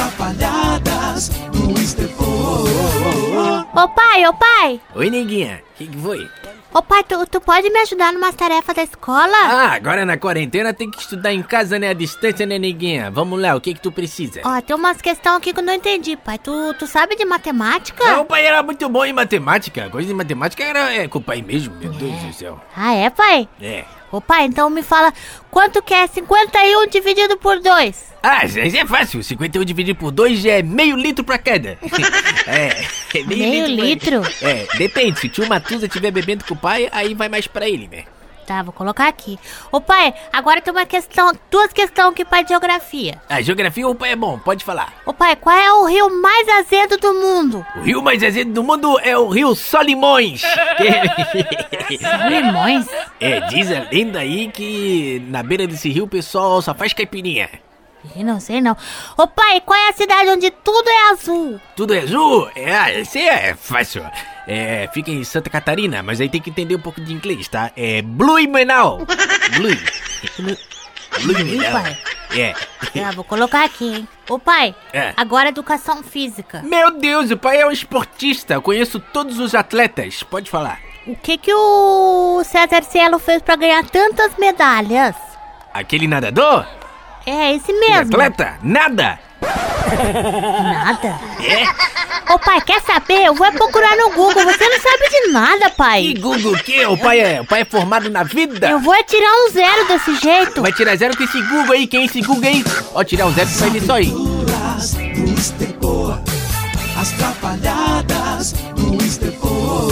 atrapalhadas do Estevão. Ô pai, ô pai! Oi, neguinha. O que, que foi? Ô pai, tu, tu pode me ajudar numa tarefa da escola? Ah, agora na quarentena tem que estudar em casa, né? A distância, né, neguinha? Vamos lá, o que que tu precisa? Ó, tem umas questões aqui que eu não entendi, pai. Tu, tu sabe de matemática? Ah, o pai era muito bom em matemática. A coisa de matemática era é, com o pai mesmo, meu Deus do céu. Ah, é, pai? É. Ô pai, então me fala quanto que é 51 dividido por 2? Ah, já, já é fácil. 51 dividido por 2 já é meio litro pra cada. é, é Meio litro? pra- É, depende. Se o tio Matusa estiver bebendo com o pai, aí vai mais pra ele, né? Tá, vou colocar aqui. Ô pai, agora tem uma questão, duas questões aqui pra geografia. A geografia o pai é bom, pode falar. Ô pai, qual é o rio mais azedo do mundo? O rio mais azedo do mundo é o rio Solimões. Limões? É, diz a lenda aí que na beira desse rio o pessoal só faz caipirinha. Ih, não sei não. Ô pai, qual é a cidade onde tudo é azul? Tudo é azul? É, ah, esse é fácil. É, fica em Santa Catarina, mas aí tem que entender um pouco de inglês, tá? É Blue Menal. Blue. Blue Menal. pai. É. Tá, vou colocar aqui, hein. Ô pai, É. agora educação física. Meu Deus, o pai é um esportista. Eu conheço todos os atletas. Pode falar. O que que o César Cielo fez pra ganhar tantas medalhas? Aquele nadador? É, esse Aquele mesmo. atleta? Nada. Nada. É. Ô pai, quer saber? Eu vou é procurar no Google. Você não sabe de nada, E pai. Google o quê? O pai é, o pai é formado na vida. É Eu vou é tirar um zero desse jeito. Vai tirar zero com esse Google aí, quem é esse Google aí? Ó, tirar o zero que vai vir só aí. Duras do Estevão. As atrapalhadas do Estevão.